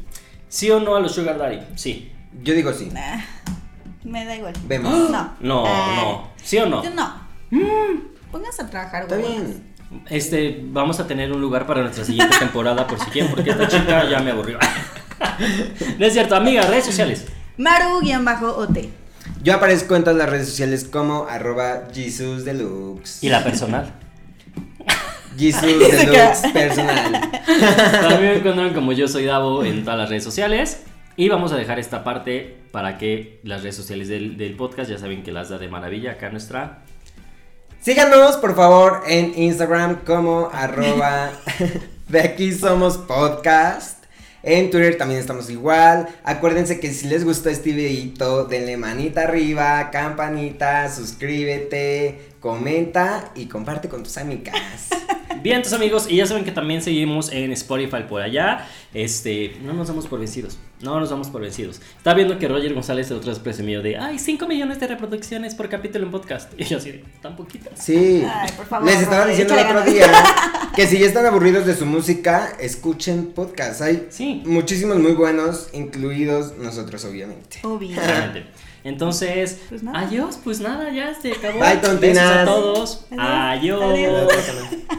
[SPEAKER 1] ¿sí o no a los Sugar Daddy? Sí.
[SPEAKER 8] Yo digo sí.
[SPEAKER 7] Ah, me da igual.
[SPEAKER 8] Vemos.
[SPEAKER 7] No.
[SPEAKER 1] No,
[SPEAKER 7] Ah,
[SPEAKER 1] no. ¿Sí o no?
[SPEAKER 7] yo No. Pónganse a trabajar,
[SPEAKER 8] Mm. Está
[SPEAKER 7] huevonas.
[SPEAKER 8] bien.
[SPEAKER 1] Este, vamos a tener un lugar para nuestra siguiente temporada, por si quieren, porque esta chica ya me aburrió. no es cierto, amiga, redes sociales.
[SPEAKER 7] Maru-OT.
[SPEAKER 8] Yo aparezco en todas las redes sociales como arroba Jesus Deluxe.
[SPEAKER 1] Y la personal.
[SPEAKER 8] Jesus
[SPEAKER 7] Se
[SPEAKER 8] Deluxe
[SPEAKER 7] queda.
[SPEAKER 8] personal.
[SPEAKER 1] También me encuentran como yo soy Davo en todas las redes sociales. Y vamos a dejar esta parte para que las redes sociales del, del podcast ya saben que las da de maravilla acá nuestra.
[SPEAKER 8] Síganos, por favor, en Instagram como arroba de aquí somos podcast. En Twitter también estamos igual. Acuérdense que si les gustó este videito, denle manita arriba, campanita, suscríbete, comenta y comparte con tus amigas.
[SPEAKER 1] Bien, tus amigos, y ya saben que también seguimos en Spotify por allá. Este, no nos damos por vencidos. No nos damos por vencidos. Está viendo que Roger González el otro es presumido de, ay, 5 millones de reproducciones por capítulo en podcast. Y yo así, de, tan poquitas.
[SPEAKER 8] Sí.
[SPEAKER 7] Ay, por favor,
[SPEAKER 8] Les estaba
[SPEAKER 7] Roger,
[SPEAKER 8] diciendo el
[SPEAKER 7] échale
[SPEAKER 8] otro
[SPEAKER 7] ganas.
[SPEAKER 8] día que si ya están aburridos de su música, escuchen podcasts. Hay
[SPEAKER 1] Sí.
[SPEAKER 8] muchísimos muy buenos, incluidos nosotros, obviamente.
[SPEAKER 7] Obvio.
[SPEAKER 1] Exactamente. Entonces,
[SPEAKER 7] Pues nada.
[SPEAKER 1] adiós, pues nada, ya se acabó.
[SPEAKER 8] Bye, tontinas.
[SPEAKER 1] Besos a todos.
[SPEAKER 7] Adiós.
[SPEAKER 1] adiós.
[SPEAKER 8] Exactamente.